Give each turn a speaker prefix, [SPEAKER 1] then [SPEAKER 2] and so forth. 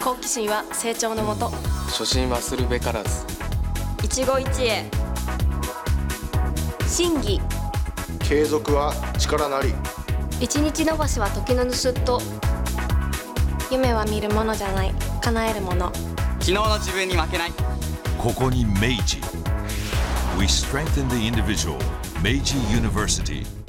[SPEAKER 1] 好奇心は成長のもと
[SPEAKER 2] 初心忘るべからず
[SPEAKER 3] 一期一会
[SPEAKER 1] 真偽
[SPEAKER 4] 継続は力なり
[SPEAKER 5] 一日延ばしは時の盗っ人
[SPEAKER 1] 夢は見るものじゃない叶えるもの
[SPEAKER 6] 昨日の自分に負けない
[SPEAKER 7] ここに明治 We strengthen the individual 明治 University